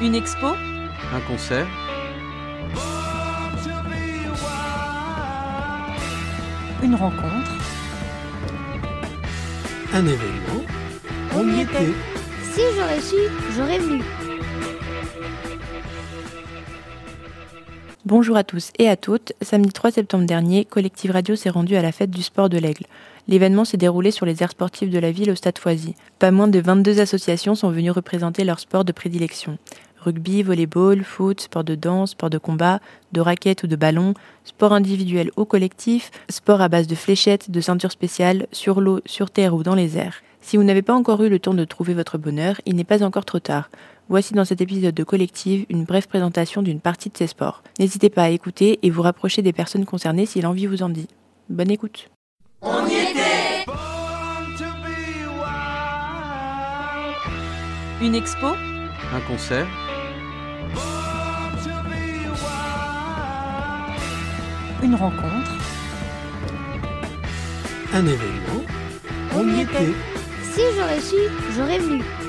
Une expo Un concert Une rencontre Un événement. On y était. Si j'aurais su, j'aurais voulu. Bonjour à tous et à toutes. Samedi 3 septembre dernier, Collective Radio s'est rendu à la fête du sport de l'Aigle. L'événement s'est déroulé sur les aires sportives de la ville au Stade Foisy. Pas moins de 22 associations sont venues représenter leur sport de prédilection. Rugby, volleyball, foot, sport de danse, sport de combat, de raquettes ou de ballon, sport individuel ou collectif, sport à base de fléchettes, de ceintures spéciales, sur l'eau, sur terre ou dans les airs. Si vous n'avez pas encore eu le temps de trouver votre bonheur, il n'est pas encore trop tard. Voici dans cet épisode de Collective une brève présentation d'une partie de ces sports. N'hésitez pas à écouter et vous rapprocher des personnes concernées si l'envie vous en dit. Bonne écoute. On y était Une expo Un concert Une rencontre Un événement. On y était. Si j'aurais su, j'aurais voulu.